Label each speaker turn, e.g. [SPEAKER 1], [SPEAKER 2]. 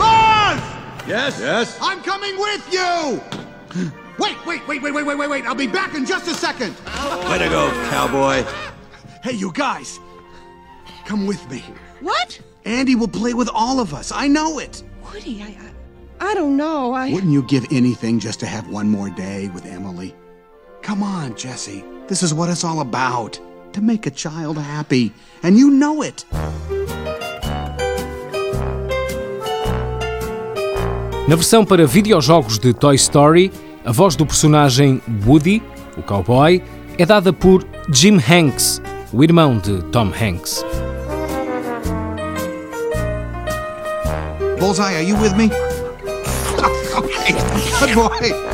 [SPEAKER 1] Buzz!
[SPEAKER 2] Yes, yes.
[SPEAKER 1] I'm coming with you! Wait, wait, wait, wait, wait, wait, wait, wait. I'll be back in just a second.
[SPEAKER 2] Way to go, cowboy.
[SPEAKER 1] Hey, you guys. Come with me.
[SPEAKER 3] What?
[SPEAKER 1] Andy will play with all of us. I know it.
[SPEAKER 3] Woody, I, I, I don't know. I.
[SPEAKER 1] Wouldn't you give anything just to have one more day with Emily? Come on, Jesse. This is what it's all about to make a child happy. And you know it.
[SPEAKER 4] Na versão para videojogos de Toy Story, a voz do personagem Woody, o cowboy, é dada por Jim Hanks, o irmão de Tom Hanks.
[SPEAKER 1] Bullseye, are you with me? okay. Good boy.